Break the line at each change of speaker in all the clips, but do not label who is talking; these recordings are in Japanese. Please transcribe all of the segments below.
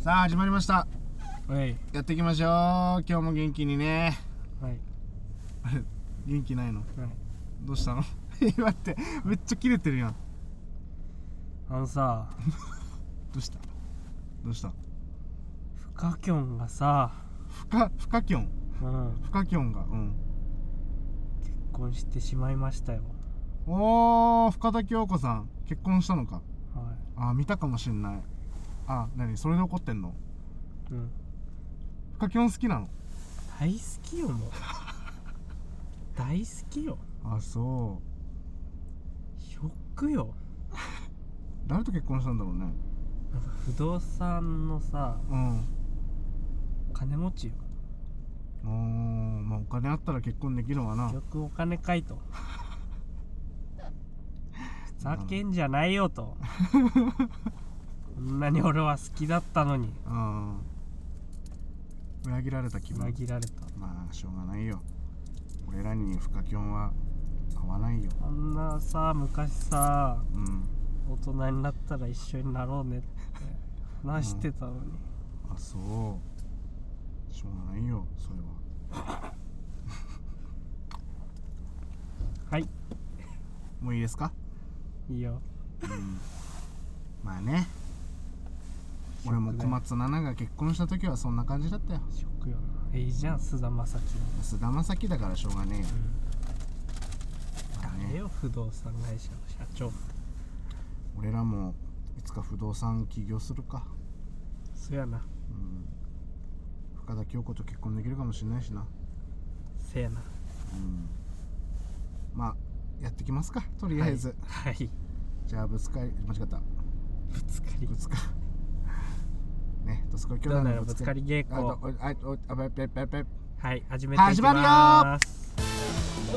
さあ始まりました
はい
やっていきましょう今日も元気にね
はい
元気ないの
はい
どうしたの 待ってめっちゃキレてるやん
あのさ
どうしたどうした
フカキョンがさ、
ふかふかきょん
うん、
ふかきょんがうん
結婚してしまいましたよ
おー深田恭子さん結婚したのか
は
あー見たかもしんないあ何それで怒ってんの
い、うん、
ふかきょん好きなの
大好きよもう大好きよ
あそう
ショックよ
誰と結婚したんだろうね
なんか不動産のさ
うん
金持ちよ
おーまあお金あったら結婚できるわな
結局お金かいとふざけんじゃないよとこんなに俺は好きだったのに
うん裏切られた気分
裏切られた
まあしょうがないよ俺らにフカキョンは合わないよ
あんなさ昔さ
うん
大人になったら一緒になろうねって話してたのに、
あそうしょうがないよそれは
はい
もういいですか
いいよ
うんまあね俺も小松菜奈が結婚した時はそんな感じだったよ
ショックよなえいいじゃん菅田将暉
菅田将暉だからしょうがねえよ、まあ
の、え
ね、
よ不動産会社の社長
俺らもいつか不動産起業するか
そやな
うん深田恭子と結婚できるかもしれないしな
せやな
うんまあやってきますかとりあえず、
はい、はい、
じゃあぶつかり間違った
ぶつかり
ぶつか ねどすこい兄
どう
弟
なら
の
ぶ
ぶ
つ
つ
か
か
り
り
稽
あ
古
おあおあべべべべ
はい始めていきます
始まるよ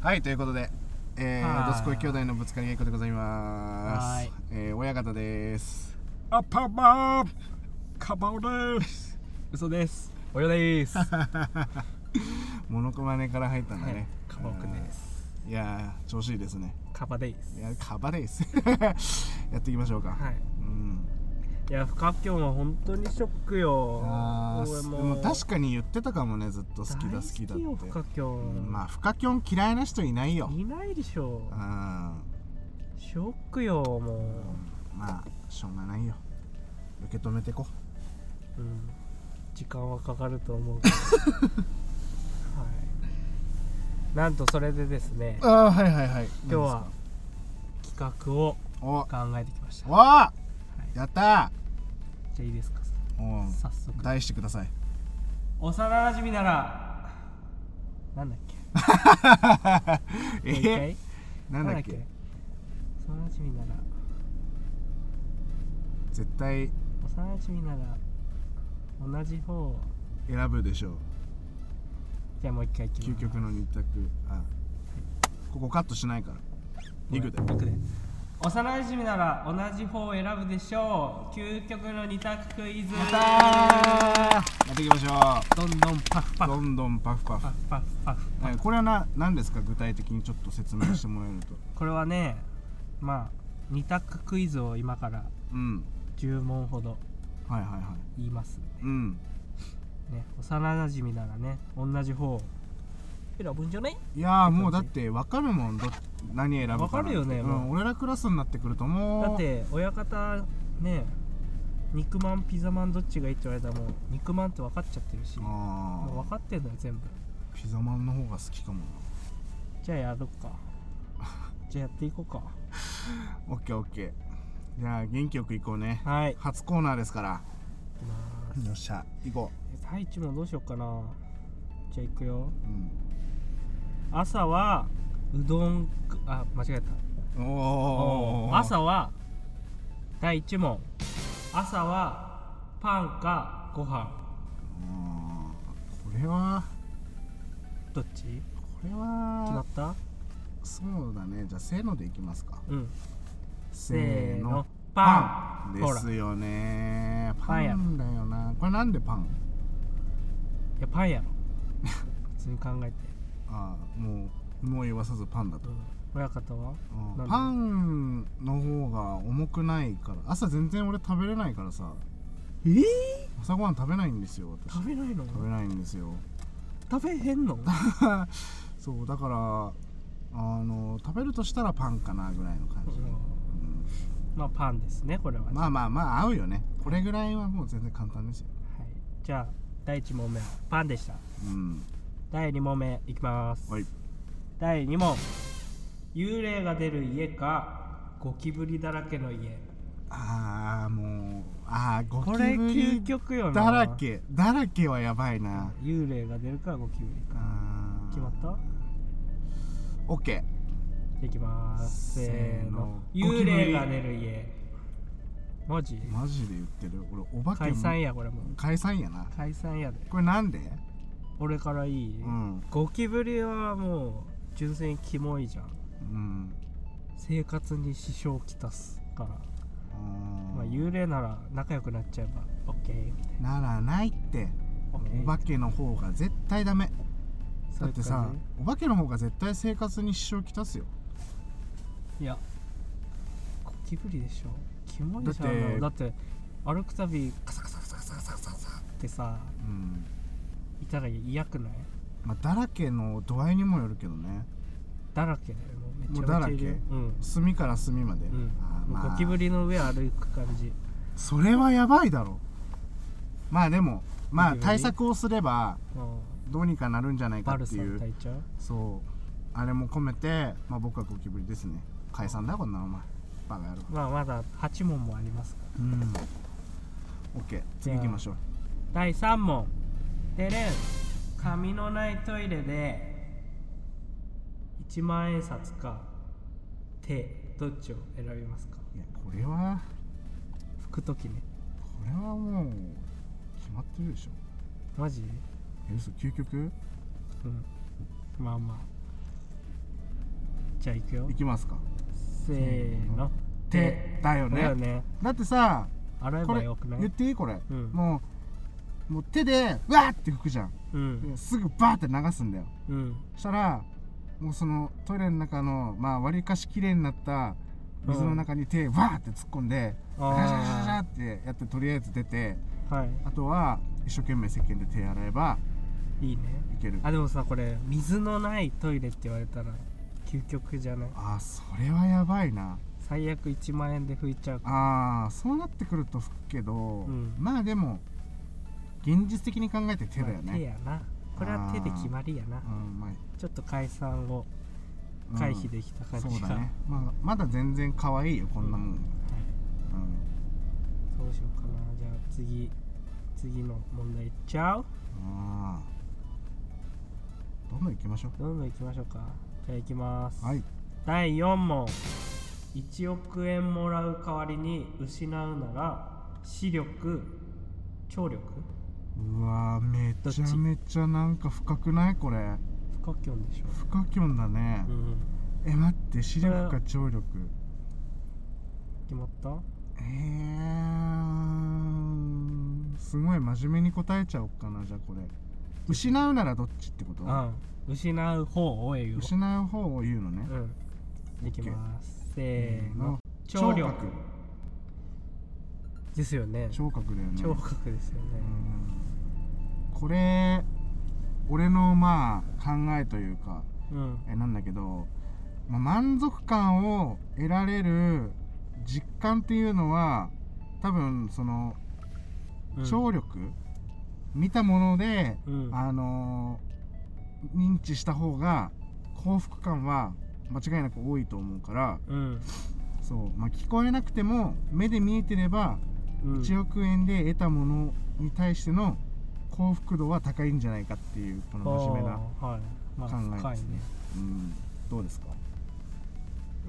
はいということでえー、
はーい
どすこい兄弟のぶつかり稽古でございま
はー
す
い
えー、親方です
アッパーマンカバオです嘘ですおよです は
モノコマネから入ったんだ
い
ね、
カバオくんです
いやー調子いいですね
カバです
いやカバレです やっていきましょうか、
はい
うん
いや深きょんは本当にショックよ
あー
俺
でも確かに言ってたかもねずっと好きだ好きだ
大好きよ
っ
深
て
きょん
まあフカキョン嫌いな人いないよ
いないでしょ
うんま
ショックよも
あしょうがないよ受け止めてこ
う、うん、時間はかかると思 うけどはいなんとそれでですね
ああはいはいはい
今日は企画を
お
考えてきました
お
じゃ
やった
あいいですか
ーおう
早速
題してくださ い
幼なじみならなんだっけもう一
え
回
なんだっけ
幼なじみなら
絶対
幼なじみなら同じ方を
選ぶでしょう
じゃあもう一回いき
究
ます
極の二択あここカットしないからいくで
いくで幼馴染なら同じ方を選ぶでしょう究極の二択クイズ
やったーやっていきましょ
どんどんパフパ
う
フ
どんどんパフパフ
パフパフパフ
えーこれはな何ですか具体的にちょっと説明してもらえると
これはねまあ二択クイズを今から
うん
10問ほど
はいはいはい
言います
うん
ね幼馴染ならね同じ方を選ぶんじゃね
いやーもうだって分かるもんど何選ぶかなんて
分かるよね
う
も
ん、
う
俺らクラスになってくるともう
だって親方ね肉まんピザまんどっちがいいって言われたらもう肉まんって分かっちゃってるしも
あ
う分
ー
かってんだよ全部
ピザマンの方が好きかもな
じゃあやろうか じゃあやっていこうか
オッケーオッケーじゃあ元気よく行こうね
はいい
初コーナーですから
きます
よっしゃ行こ
え第一問どうしようかなじゃあいく
う、
よ朝はうどんくあ間違えた
うん、おー
朝は第一問朝はパンかご飯
あーこれは
どっち決
これ
ま
は
った
そうだねじゃあせーのでいきますか
うん
せ
せーのパン
パン
ほ
で
ら
すよね
パ
パ
ンやろ
ンだよなこれなんでパン
いやパンやろ普通に考えて、
ああもうもう言わさずパンだと、
うん、親方は
うん
なんで
パンの方が重くないから朝全然俺食べれないからさ
えー、
朝ごはん食べないんですよ私
食べないの
食べないんですよ
食べへんの
そうだからあの食べるとしたらパンかなぐらいの感じ、うん
まあパンですねこれはね、
まあまあまあ合うよねこれぐらいはもう全然簡単ですよ
はい、じゃあ第1問目はパンでした
うん
第2問目いきます、
はい
第2問幽霊が出る家かゴキブリだらけの家
ああもうああゴ
これ
キブリ
究極よな
だらけだらけはやばいな
幽霊が出るかゴキブリか
あー
決まった
オッケ
いきますせ
せ
ー
ー
の
の
幽霊が出る家マジ
ーマジで言ってる俺お化け
解
も
散やこれもう
解散やな
解散やで
これなんで
俺からいい、
うん
ゴキブリはもう純粋にキモいじゃん
うん
生活に支障をきたすから、ま
ま
あ、幽霊なら仲良くなっちゃえば OK みたい
ならないって
な OK
お化けの方が絶対ダメだって
そういう
さ
感
お化けの方が絶対生活に支障きたすよ
じいやゴキブリでしょキモいじゃん
だって
だって歩くたびカサカサカサカサカサカサカサってさ
うん
いたら嫌くない
まあだらけの度合いにもよるけどね
だらけだよもうめちゃめちゃいるよ
も
うん
隅から隅まで、
うん
あー
もうゴキブリの上歩く感じ
それはやばいだろまあでもま
ゴ
あ
キブリ
対策をすれば
うん
どうにかなるんじゃないか
バル
って
さ
い
ん
う
隊長
そうあれも込めて、まあ、僕はゴキブリですね解散だよこんなのお前バカ野郎
まあまだ8問もありますから
うんオッケー次行きましょう
第3問でれん紙のないトイレで1万円札か手どっちを選びますか
いやこれは
拭くときね
これはもう決まってるでしょ
マジ
え嘘究極
うんまあまあじゃあいくよ
いきますか
せーの
手だよね
だよね
だってさ
洗え
こ
ば
れ
よくな
言っ
い
ていいこれ、
うん
もうもう手でうわーって拭くじゃん
うん
すぐバーって流すんだよ
うん
そしたらもうそのトイレの中のまあ割りかし綺麗になった水の中に手バーって突っ込んで、ガシャガシャガシャ
あ
ってやってとりあえず出て
あは
あとは一生懸命石鹸で手洗えば
いいいね
いける
あでもさこれ水のないトイレって言われたら究極じゃない
あーそれはやばいな
最悪1万円で拭いちゃうから
あーそうなってくると吹くけど、
ん
まあでも現実的に考えて手だよ
まあ手
ね、
やなこれは手で決まりやな
うんまあ
ちょっと解散を
うん
回避できた感じが、
そうだ
はい
ね、まあ、まだ全然可愛いよこんなもん、うん
そうしようかなじゃあ次次の問題いっちゃう
あーどんどん行きましょ
どんどんいきましょうかじゃあいきます、
うはい
第4問1億円もらう代わりに失うなら視力聴力
うわーめ
どっ
ち
ち
ゃめちゃなんか深くないこれ
不可教でしょ
深きょんだね
う、ん
え待って視力
これ
か聴力
決まった
えー、すごい真面目に答えちゃおっかなじゃあこれ失うならどっちってこと
うん失う方を言う
失う方を言うのね、
うんいきますせ
せ
ーの聴
聴
力
覚
ですよね
聴覚だよね
聴覚ですよね、
うんこれ俺のまあ考えというか
うん、
えなんだけど、まあ、満足感を得られる実感っていうのは多分その聴力、見たもので、
うん、
あのー認知した方が幸福感は間違いなく多いと思うから
うん、
そう、まあ、聞こえなくても目で見えてれば
うん、
1億円で得たものに対しての幸福度は高いんじゃないかっていうこの真面目な、
あーはい、まあ、
考
深
え
い
ですね
ね。
うん、どうですか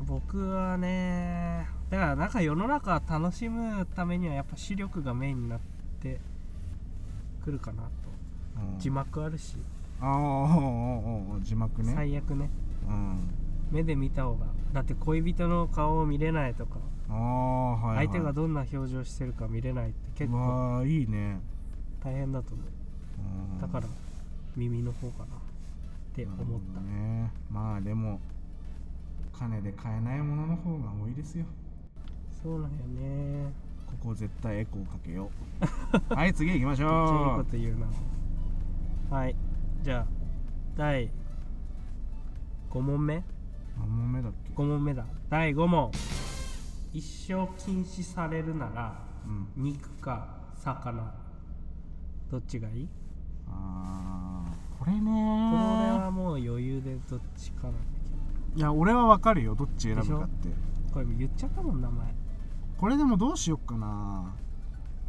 僕はね、だからなんか世の中楽しむためにはやっぱ視力がメインになってくるかなと。
うん
字幕あるし、
ああ、おうおうおうおう字幕ね。
最悪ね。
うん。
目で見た方がだって恋人の顔を見れないとか、
ああはい、はい、
相手がどんな表情してるか見れないって
う
結構
わーいいね、
大変だと思う
うん
だから耳の方かなって思った、
なるほどねまあでも金で買えないものの方が多いですよ
そうなんよね
ここ絶対エコーかけよ うはい次行きまし
めっちゃいい
ょ
こ
う
と言うなはいじゃあ第5問目
何問目だっけ
5問目だ第5問一生禁止されるなら
うん
肉か魚どっちがいい
あーこれね
これはもう余裕でどっちかなんだ
いや俺は分かるよどっち選ぶかって
けどこれも言っちゃったもん名前
これでもどうしよっかな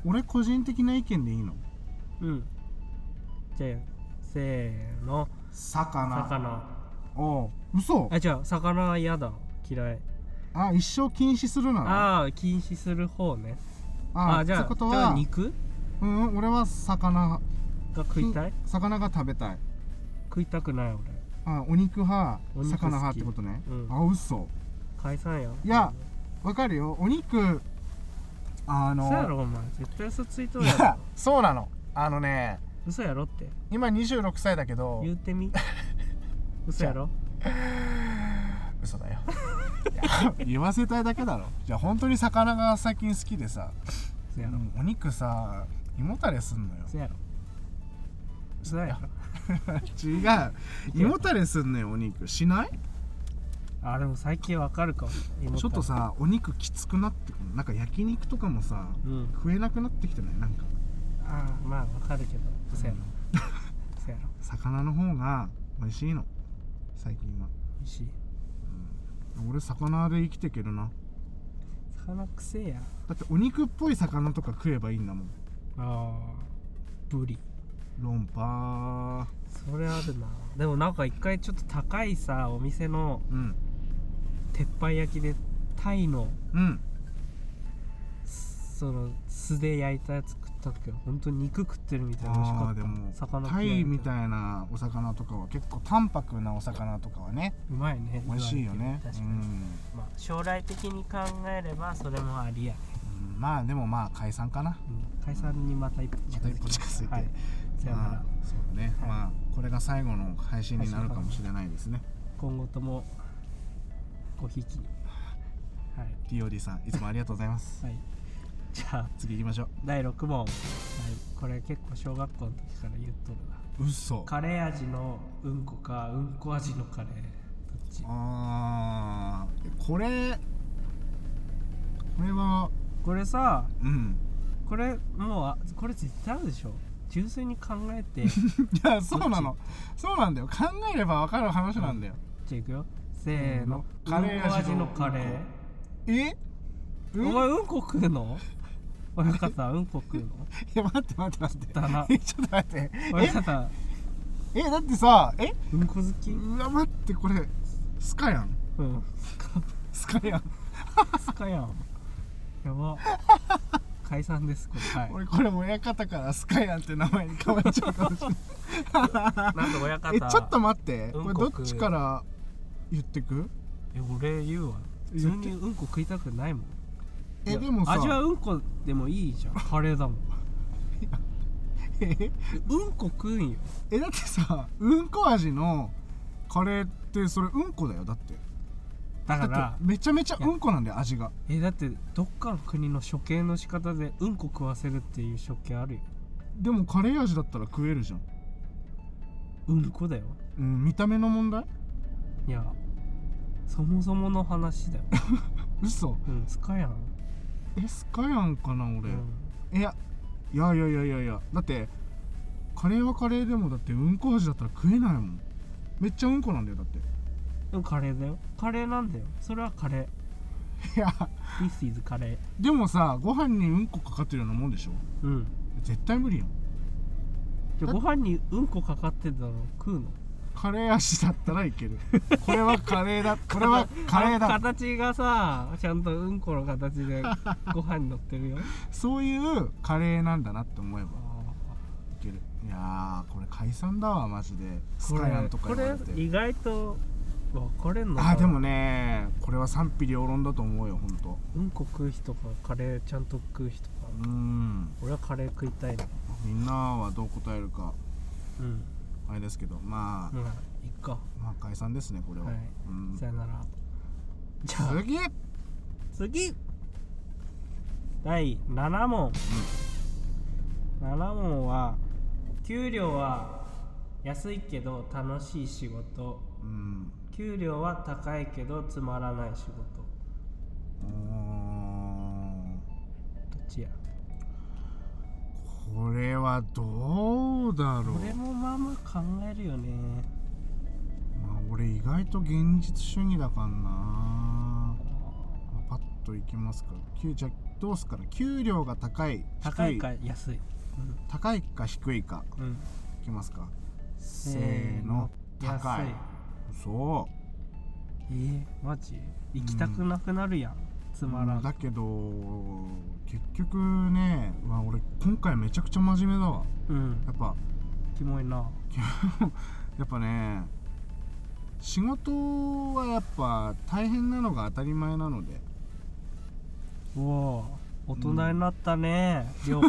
俺個人的な意見でいいの
うんじゃあせーの
魚
魚
おう嘘
あじゃあ魚は嫌だ嫌い
あ一生禁止するなら
ああ禁止する方ね
あ
あじゃ
っ
あ
てこと
じゃあ
は
肉
うんうん俺は魚
が食いたい
魚が食べたい
食いたくない俺
あお肉派
お肉好き
魚派ってことね、
うん
あ嘘
解散や
いやわかるよお肉あの
嘘やろお前絶対嘘ついとる
い
やろ
やそうなのあのね
嘘やろって
今26歳だけど
言う てみ嘘やろ
嘘 だよ言わせたいだけだろじゃあ本当に魚が最近好きでさ、
嘘やろ
うんお肉さ胃もたれすんのよ
嘘やろ嘘やろ
違う胃もたれすんのよお肉しない
あでも最近わかるかも
ちょっとさお肉きつくなってくるなんか焼肉とかもさ
うん
食えなくなってきてないなんか
ああまあわかるけど嘘やろ嘘やろ
魚の方が美味しいの最近は
美味しい
俺魚で生きていけるな
魚くせえや
だってお肉っぽい魚とか食えばいいんだもん
あーブリ
論破
それあるなでもなんか一回ちょっと高いさお店の
うん
鉄板焼きでタイの
うん
その素で焼いたやつ食ったけど本当に肉食ってるみたいな美味しか
あ
っ
ー
た
でも
魚
タイみ
い
たいなお魚とかは結構淡白なお魚とかはね
うまいね
美味しいよね
確
う
かに、
ん、
まあ、将来的に考えればそれもありやね、
うんまあでもまあ解散かな
うん、解散にまた一歩近づいて
また一歩近づいて
はい、さよな
ま
ら
あそうだね、
はい
まあこれが最後の配信になるかもしれないですね
今後ともごひいきにはい、
TOD さんいつもありがとうございます
はい、じゃあ
次行きましょう
第6問、はい、これ結構小学校の時から言っとるな
嘘
カレー味のうんこかうんこ味のカレーどっち
あーこれこれは
これさ
うん
これもうあこれ絶対あるでしょ純粋に考 えて
いやそうなのそうなんだよ考えれば分かる話なんだよ、
じゃあいくよせーの
うんカレー味の
うんこ味のカレー
えうん
お
い
前うんこ食うの親方うんこ食うの
や待って待って待って
だな
えちょっと待って
親方
ええだってさえ
うんこ好き
うわ待ってこれスカやん
うん
スカやん
すかやんやば解散ですこれはい
俺これ親方からスカやんって名前に変わっちゃうかもしれない
なんで親方
えちょっと待ってこ
う
れ
んこ
ど
食う
っちから言ってく
え俺言うわ普通
言って
にうんこ食いたくないもんい
え
や
でもさ
味はうんこでもいいじゃんカレーだもん
え
うんこ食うんよ
えだってさうんこ味のカレーってそれうんこだよだって
だか
だ
ら
ってめちゃめちゃうんこなんだよ味が
えだってどっかの国の処刑の仕方でうんこ食わせるっていう処刑あるよ
でもカレー味だったら食えるじゃん、
うんこだよ
うん、見た目の問題
いやそもそもの話 だよ
嘘
うんすかやん、
えスカヤンかな
う
俺、
ん、
いやいやいやいやいやいやだってカレーはカレーでもだってうんこ味だったら食えないもんめっちゃうんこなんだよだって
でもカレーだよカレーなんだよそれはカレー
いや
This is カレー
でもさご飯にうんこかかってるようなもんでしょ
うん
絶対無理やん
じゃあ
だ
ご飯にうんこかかってたの食うの
カレー味だったらいけるこれはカレーだこれはカレー
あ
だ
の形がさちゃんとうんこの形 でご飯に乗ってるよ
そういうカレーなんだなって思えば
あ
い
ー
けるいやーこれ解散だわマジでスカヤンとか
こ
言
れ
われ
こ
て
れ意外と分かれんのかな
あでもねこれは賛否両論だと思うよほんと
うんこ食う人かカレーちゃんと食う人か
うん
俺はカレー食いたいな
みんなはどう答えるか
うん
あれですけどまあ、
うんいっか
まあ解散ですねこれは、
はい
うん
さよならじゃあ
次
次第7問、7問は給料は安いけど楽しい仕事
うん
給料は高いけどつまらない仕事
うーん
どっちや
これはどうだろう
これもまあまあ考えるよね
まあ、俺意外と現実主義だからな、まあパッといきますか給じゃあどうすっから給料が高い
高
低
いか安い
高いか低いか
うん、うん、
いきますかせ
せ
ー
ー
の
の
高い
安い
そ
えー、マジ行きたくなくなるやん、つ
う
まらん
だけど結局ね、まあ、俺今回めちゃくちゃ真面目だわ
うん
やっぱ
キモいな
やっぱね仕事はやっぱ大変なのが当たり前なの で
うわ大人になったね、りょう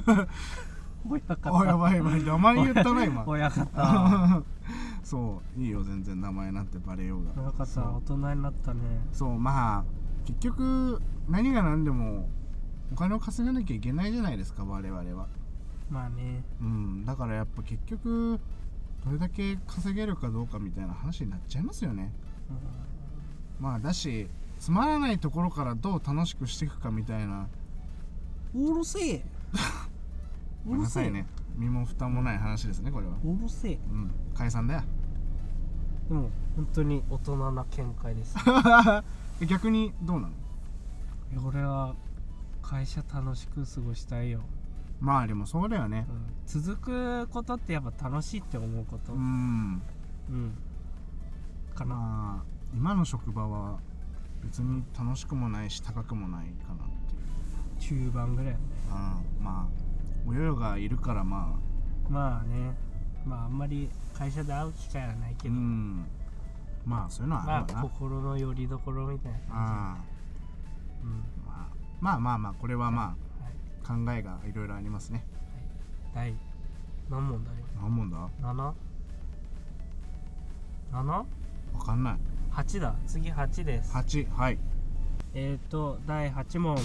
親方
あやばいやばい名前言ったな今
親方
そういいよ全然名前なんてバレようが
親
そ
方大
う
人になったね
そうまあ結局何が何でもお金を稼がなきゃいけないじゃないですか我々は
まあね
うんだからやっぱ結局どれだけ稼げるかどうかみたいな話になっちゃいますよねまあだしつまらないところからどう楽しくしていくかみたいな
うるせ え
ごめんなさいね身も蓋もない話ですねこれは
うるせえ
うん解散だよ
でも本当に大人な見解です
え逆にどうなの
いや 俺は会社楽しく過ごしたいよ、
まあでもそうだよね
うん、続くことってやっぱ楽しいって思うこと
うん
うんかな、
まあ今の職場は別に楽しくもないし高くもないかなっていう、
中盤ぐらいだね
うん、まあおよよがいるからまあ
まあねまああんまり会社で会う機会はないけ
う
ど、
んまあそういうのはあ
ま
る
あ
わな、
心の拠り所みたいな感
あ
じで、うん
ーまあ、まあまあまあこれはま
はい、
あ考えがいろいろありますね
第何問だよ
何問だ
7?7?8
わかんない
だ次8です
8はい
えっ、ー、と第8問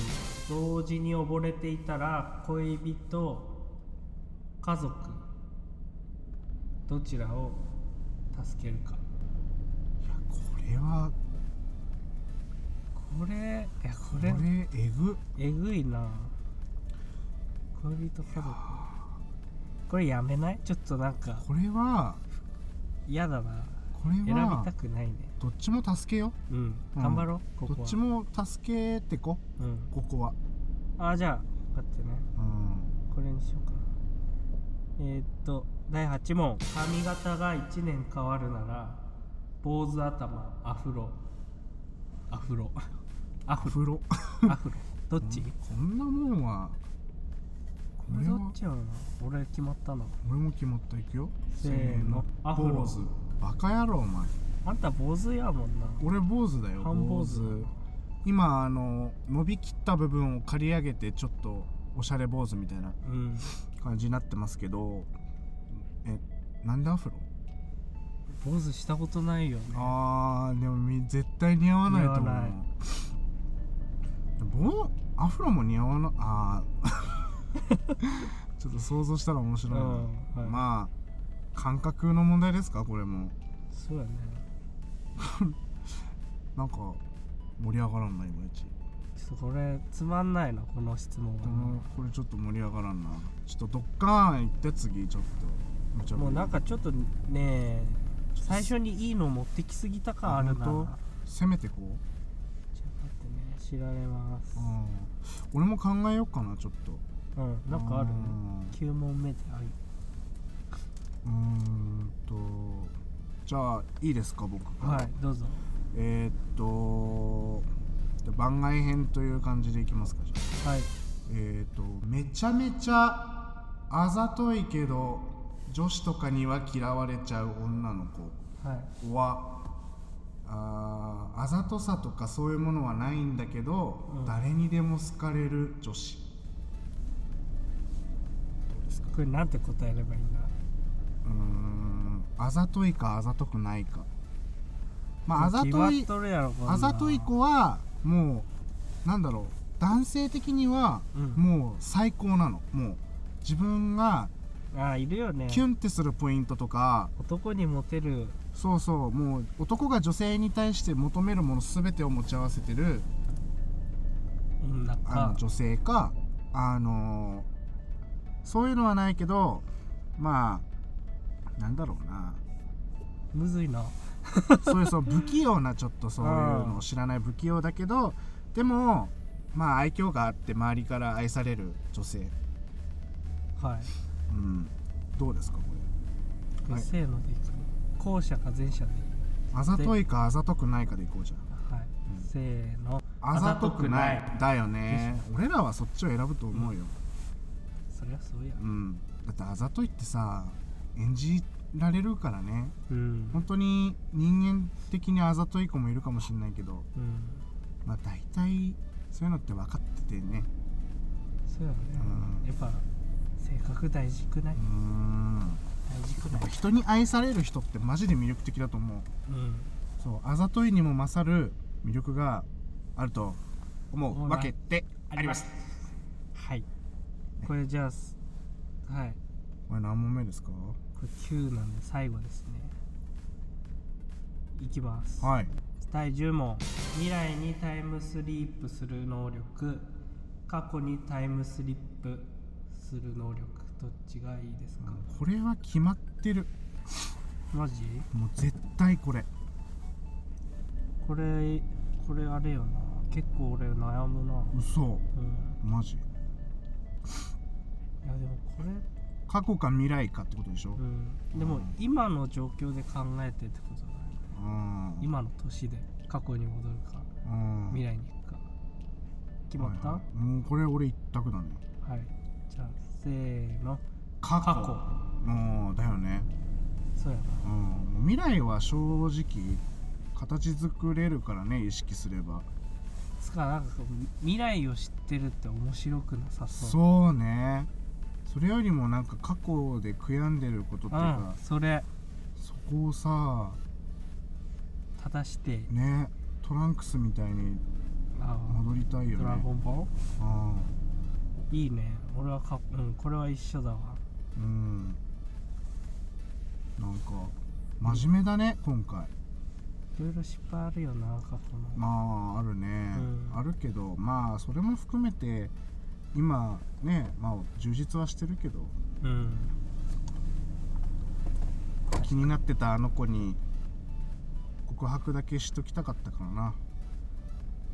同時に溺れていたら恋人家族どちらを助ける
い
か
やこれは
これいやこ
これ
れ
えぐ
えぐいな恋人家族これやめないちょっとなんか
これは
嫌だな
これ
選び
は
たくないね
どっちも助けよ
うん
うん
頑張ろう、ここは
どっちも助けてこ
うん
ここは
あじゃあ待ってね
うん
これにしようかなえー、っと第8問髪型が1年変わるなら坊主頭アフロアフロ アフロ
風呂
アフロどっち、
こんなもんは
こ
れ
れ
は
どっちやろな俺決まったな
俺も決まったいくよ
せーのアフロ
坊主バカ野郎お前
あんた坊主やもんな
俺坊主だよ
半坊主
今あの伸びきった部分を刈り上げてちょっとおしゃれ坊主みたいな
うん
感じになってますけどえなんでアフロ
坊主したことないよね
あーでもみ絶対似合わないと思
似合わないう
ぼアフロも似合わなあー ちょっと想像したら面白いな、
うんはい
まあ感覚の問題ですかこれも
そうやね
なんか盛り上がらんないまいち、
ちょっとこれつまんないなこの質問は
こ
な、
のこれちょっと盛り上がらんなちょっとドッカーン行って次ちょっと無茶ぶり
もうなんかちょっとね最初にいいの持ってきすぎた感あるな
あ
ちょ
本
っと
攻めてこう
待ってね調べます
うん俺も考えようかなちょっと
うん、なんかあるね
うん
9問目ではいう
ーんとじゃあいいですか僕から
はいどうぞ
えー、っとじゃあ番外編という感じでいきますかじゃあ
はい
えー、っとめちゃめちゃあざといけど女子とかには嫌われちゃう女の
はい
子はあーあざとさとかそういうものはないんだけど、
うん
誰にでも好かれる女子どうですか
これなんて答えればいいんだ
うーんあざといかあざとくないかまああざ
決
と
まっ
い
とるやろこんなん
あざとい子はもうなんだろう男性的には
うん
もう最高なの、もう自分が
ああいるよね
キュンってするポイントとか、
男にモテる
そうそうもう男が女性に対して求めるもの全てを持ち合わせてる
女
あ
か
の女性かあのそういうのはないけどまあなんだろうな
むずいな
そういうそう不器用なちょっ とそういうのを知らない不器用だけどでもまあ愛嬌があって周りから愛される女性、
はい
うん、どうですかこれ
これ
はい
せーのでいく後者か前者でいい
あざといかあざとくないかでいこうじゃん
はい、せーの
あざとくない
あざとく
だよね俺らはそっちを選ぶと思うよ、
そりゃそうや
うん、だってあざといってさ演じられるからね
うん
本当に人間的にあざとい子もいるかもしれないけど
うん
まあ大体そういうのって分かっててね
そうやね、
うん
やっぱ性格大事くないう
ーん
大事く
や
な
っ
い
ぱ人に愛される人ってマジで魅力的だと思う
うん
そうあざといにも勝る魅力があると思
思
う
うな
わけであります
はいこれじゃあすはい
これ何問目ですか
これ9なんで最後ですねいきます、
はい
第10問未来にタイムスリープする能力過去にタイムスリップする能力どっちがいいですか、
これは決まってる
マジ
もう絶対これ
これこれあれよな結構俺悩むな
嘘
うん
マジ
いやでもこれ
過去か未来かってことでしょ、
うんでも今の状況で考えてってことだよね
うん、
今の年で過去に戻るか
うん
未来に行くか決まった
は
はい
はいもうこれ俺一択だね
い、じゃあせーの
過
過去
うんだよね、
そうやな
うん、未来は正直形作れるからね意識すれば
つかなんかこう未来を知ってるって面白くなさそう
そうねそれよりもなんか過去で悔やんでることっていうか
ん、それ
そこをさ
正して
ねトランクスみたいに
あー
戻りたいよ
ドラ
ね
ゴンボ
あ
ールいいね俺はか、うん、これは一緒だわ
うんなんか真面目だね今回
いろいろ失敗あるよな過去の、
まああるね、
うん
あるけどまあそれも含めて今ねまあ充実はしてるけど
うん
気になってたあの子に告白だけしときたかったからな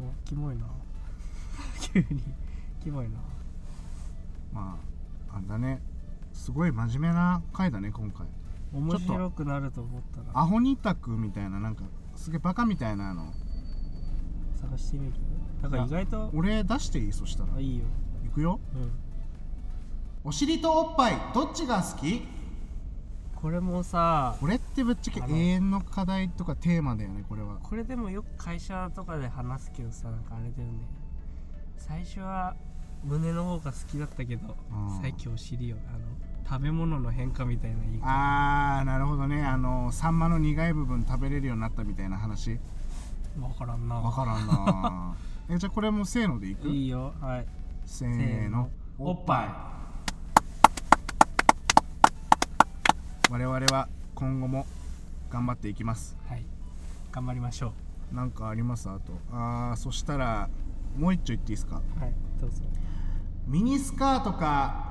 おキモいな 急にキモいな
まああれだねすごい真面目な回だね今回
面白くなると思ったら
アホ二択みたいななんかすげえバカみたいなの
探してみるなんか意外と
俺出していいそしたら
あいいよ
いくよ
うん
お尻とおっぱいどっちが好き
これもさ
これってぶっちゃけ
あ
永
の
遠の課題とかテーマだよねこれは
これでもよく会社とかで話すけどさなんかあれだよね最初は胸の方が好きだったけど
うん
最近お尻よあの食べ物の変化みたいな言い方
あーなるほどねあのサンマの苦い部分食べれるようになったみたいな話
分からん
わ
な
からん なえじゃあこれもせーのでいく
いいよはい
せーの
おっぱ
我々は今後も頑張っていきます
いはい頑張りましょ
なんかありますあとあーそしたらもう一丁言っていいですか
うはいどうぞ
ミニスカートか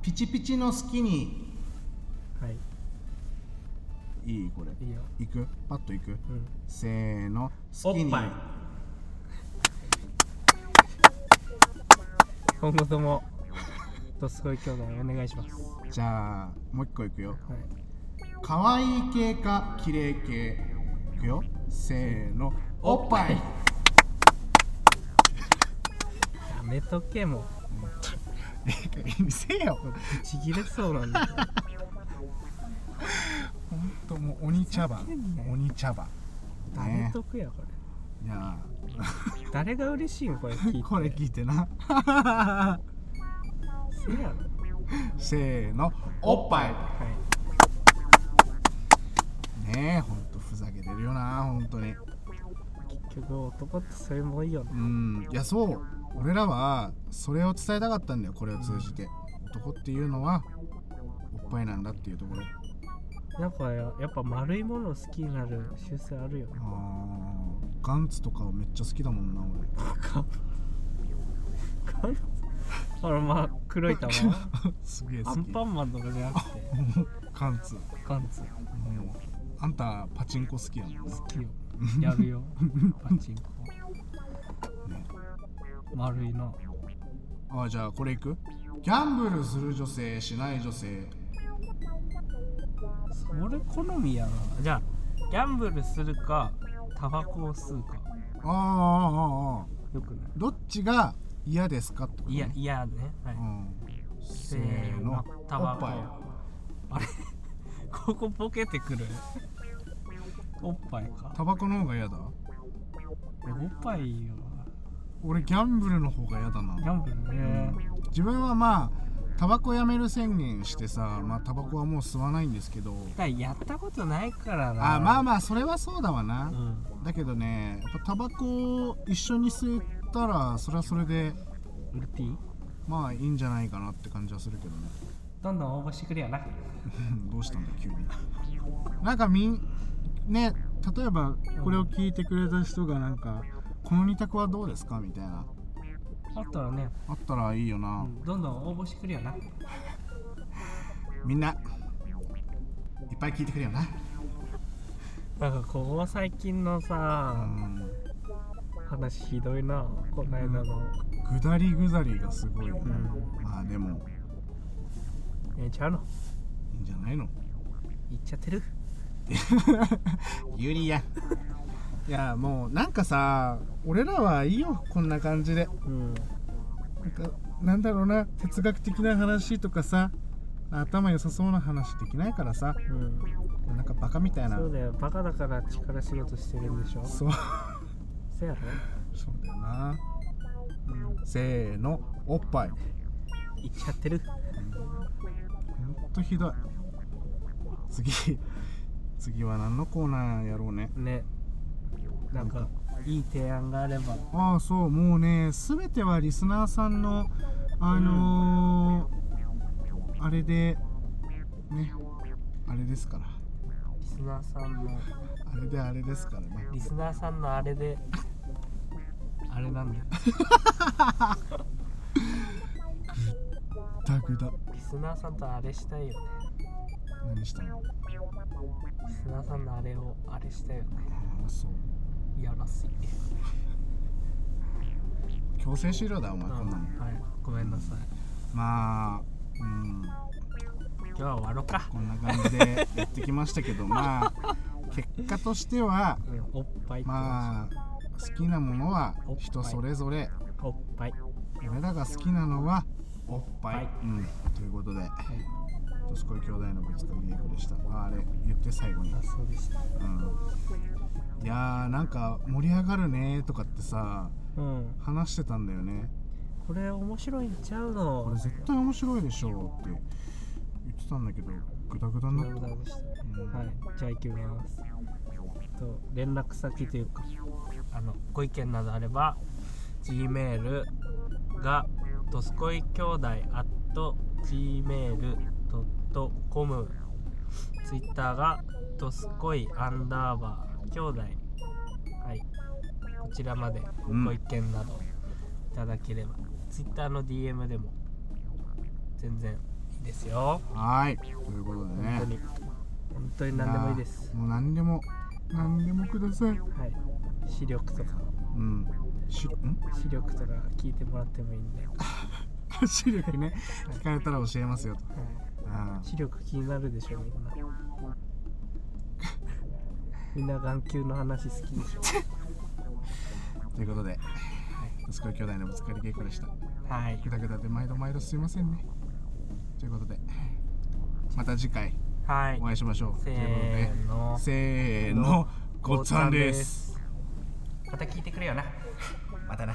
ピチピチのスキニ
はい
ーいいこれ
いいよ
いくパッといく
うん
せーのスキ
おっ
ニ
ぱい
ー
今後ともドスコイ兄弟お願いします
じゃあもう一個いくよ
はい
可愛い系か綺麗系いくよせーのおっぱい
やめとけも
見せよ
うぶち切れそうなん だけど
ほんともう鬼茶番
んなよ
鬼茶番
誰
ね
得やこれ
いや
誰が嬉しいんこれ聞いて
ー これ聞いてな
せやろ
せーのおっぱい
はい
ねえほんとふざけてるよなほんとに
結局男ってそれもいいよね
うんいやそう俺らはそれを伝えたかったんだよこれを通じて男っていうのはおっぱいなんだっていうところ
なんかややっぱ丸いものを好きになる習性あるよね
あーガンツとかめっちゃ好きだもんな俺
かかあらまあ黒い玉
すげえ
ア
好
ン
き
パンマンとかじゃなくて
ガンツ
ガンツ
もうあんたパチンコ好きやもんな
好きよやるよパチンコ
ね
丸いな
あじゃあこれいくギャンブルする女性しない女性
それ好みやなじゃあギャンブルするかタバコを吸うか
あーあーあーあ
よくな
ーどっちが嫌ですかってこと
い
ね
いやいやね、はい
うんせ
せー
ーの
のタバコ
おっぱい
あれここボケてくるおっぱいか
タバコの方が嫌だ
えおっぱいよ
俺ギャンブルの方が嫌だな
ギャンブルね
自分はまあタバコやめる宣言してさまあタバコはもう吸わないんですけど
だからやったことないからな
あまあまあそれはそうだわな、
うん
だけどねやっぱタバコを一緒に吸ったらそれはそれで
ウルティ
まあいいんじゃないかなって感じはするけどね
どんどん応募してくれよな
どうしたんだ急になんかみんね例えばこれを聞いてくれた人がなんかこの2択はどうですかみたいな
あったらね、
あったらいいよ
う
な、
んどんどん応募してくれよな
みんないっぱい聞いてくれよな
なんかここ最近の
う
さ、
ん
話ひどいなこの間の、
ぐだりぐだりがすごいよね、
うん
まあでも
えちゃうの
いいんじゃない の
言っちゃってる
ゆりやいやもうなんかさ俺らはいいよこんな感じで
う
なん
ん
かなんだろうな哲学的な話とかさ頭良さそうな話できないからさ
うん
なんかバカみたいな
そうだよバカだから力仕事してるんでしょ
そう
せやろ、
そうだよな
うん、
せーのおっぱい
言っちゃってる
ほんとひどい次次は何のコーナーやろうね
ねなんかいい提案があれば
ああそうもうね全てはリスナーさんのあのーあれでねあれですから
リスナーさんの
あれであれですからね
リスナーさんのあれであれなんだよ
ダグだ
リスナーさんとあれしたいよね
何したの
リスナーさんのあれをあれしたいよね
ああそう
いやらしい
強制終了だお
う
前
ん
こんなの
はいごめんなさい
まあうん
今日は終わろうか、
こんな感じでやってきましたけど まあ結果としては
うん、おっぱいって
まあ好きなものは人それぞれ
おっぱい
俺らが好きなのはおっぱい、
はい
うん、ということで
はい
「どすこい兄弟のぶつかり猫」でしたああれ言って最後に、
あそうでした
うん、いやーなんか盛り上がるねとかってさ
うん
話してたんだよね
これ面白いんちゃうの
これ絶対面白いでしょって言ってたんだけどグダグダに
無
なった、
駄でした
うん
はい、じゃあ行きます。と連絡先というか、あのご意見などあれば、G メールがドスコイ兄弟 at gmail.com、ツイッターがドスコイアンダーバー兄弟、はい、こちらまで
うん
ご意見などいただければ、ツイッターの DM でも全然いいですよ。
はいということで
本当
ね
に、本当に何でもいいです。
やーもう何でも何でもください
はい、視力とか
うんしん
視力とか聞いてもらってもいいんで、は
視力ね聞かれたら教えますよとあ
い、視力気になるでしょみん なみんな眼球の話好きでしょ
ーということで「どすこい兄弟のぶつかり稽古」でした
はい
グダグダで毎度毎度すいませんねということでまた次回
はい
お会いしましょう
せ
ということで
ーの
せーのごっつぁんです
また聞いてくれよな
またな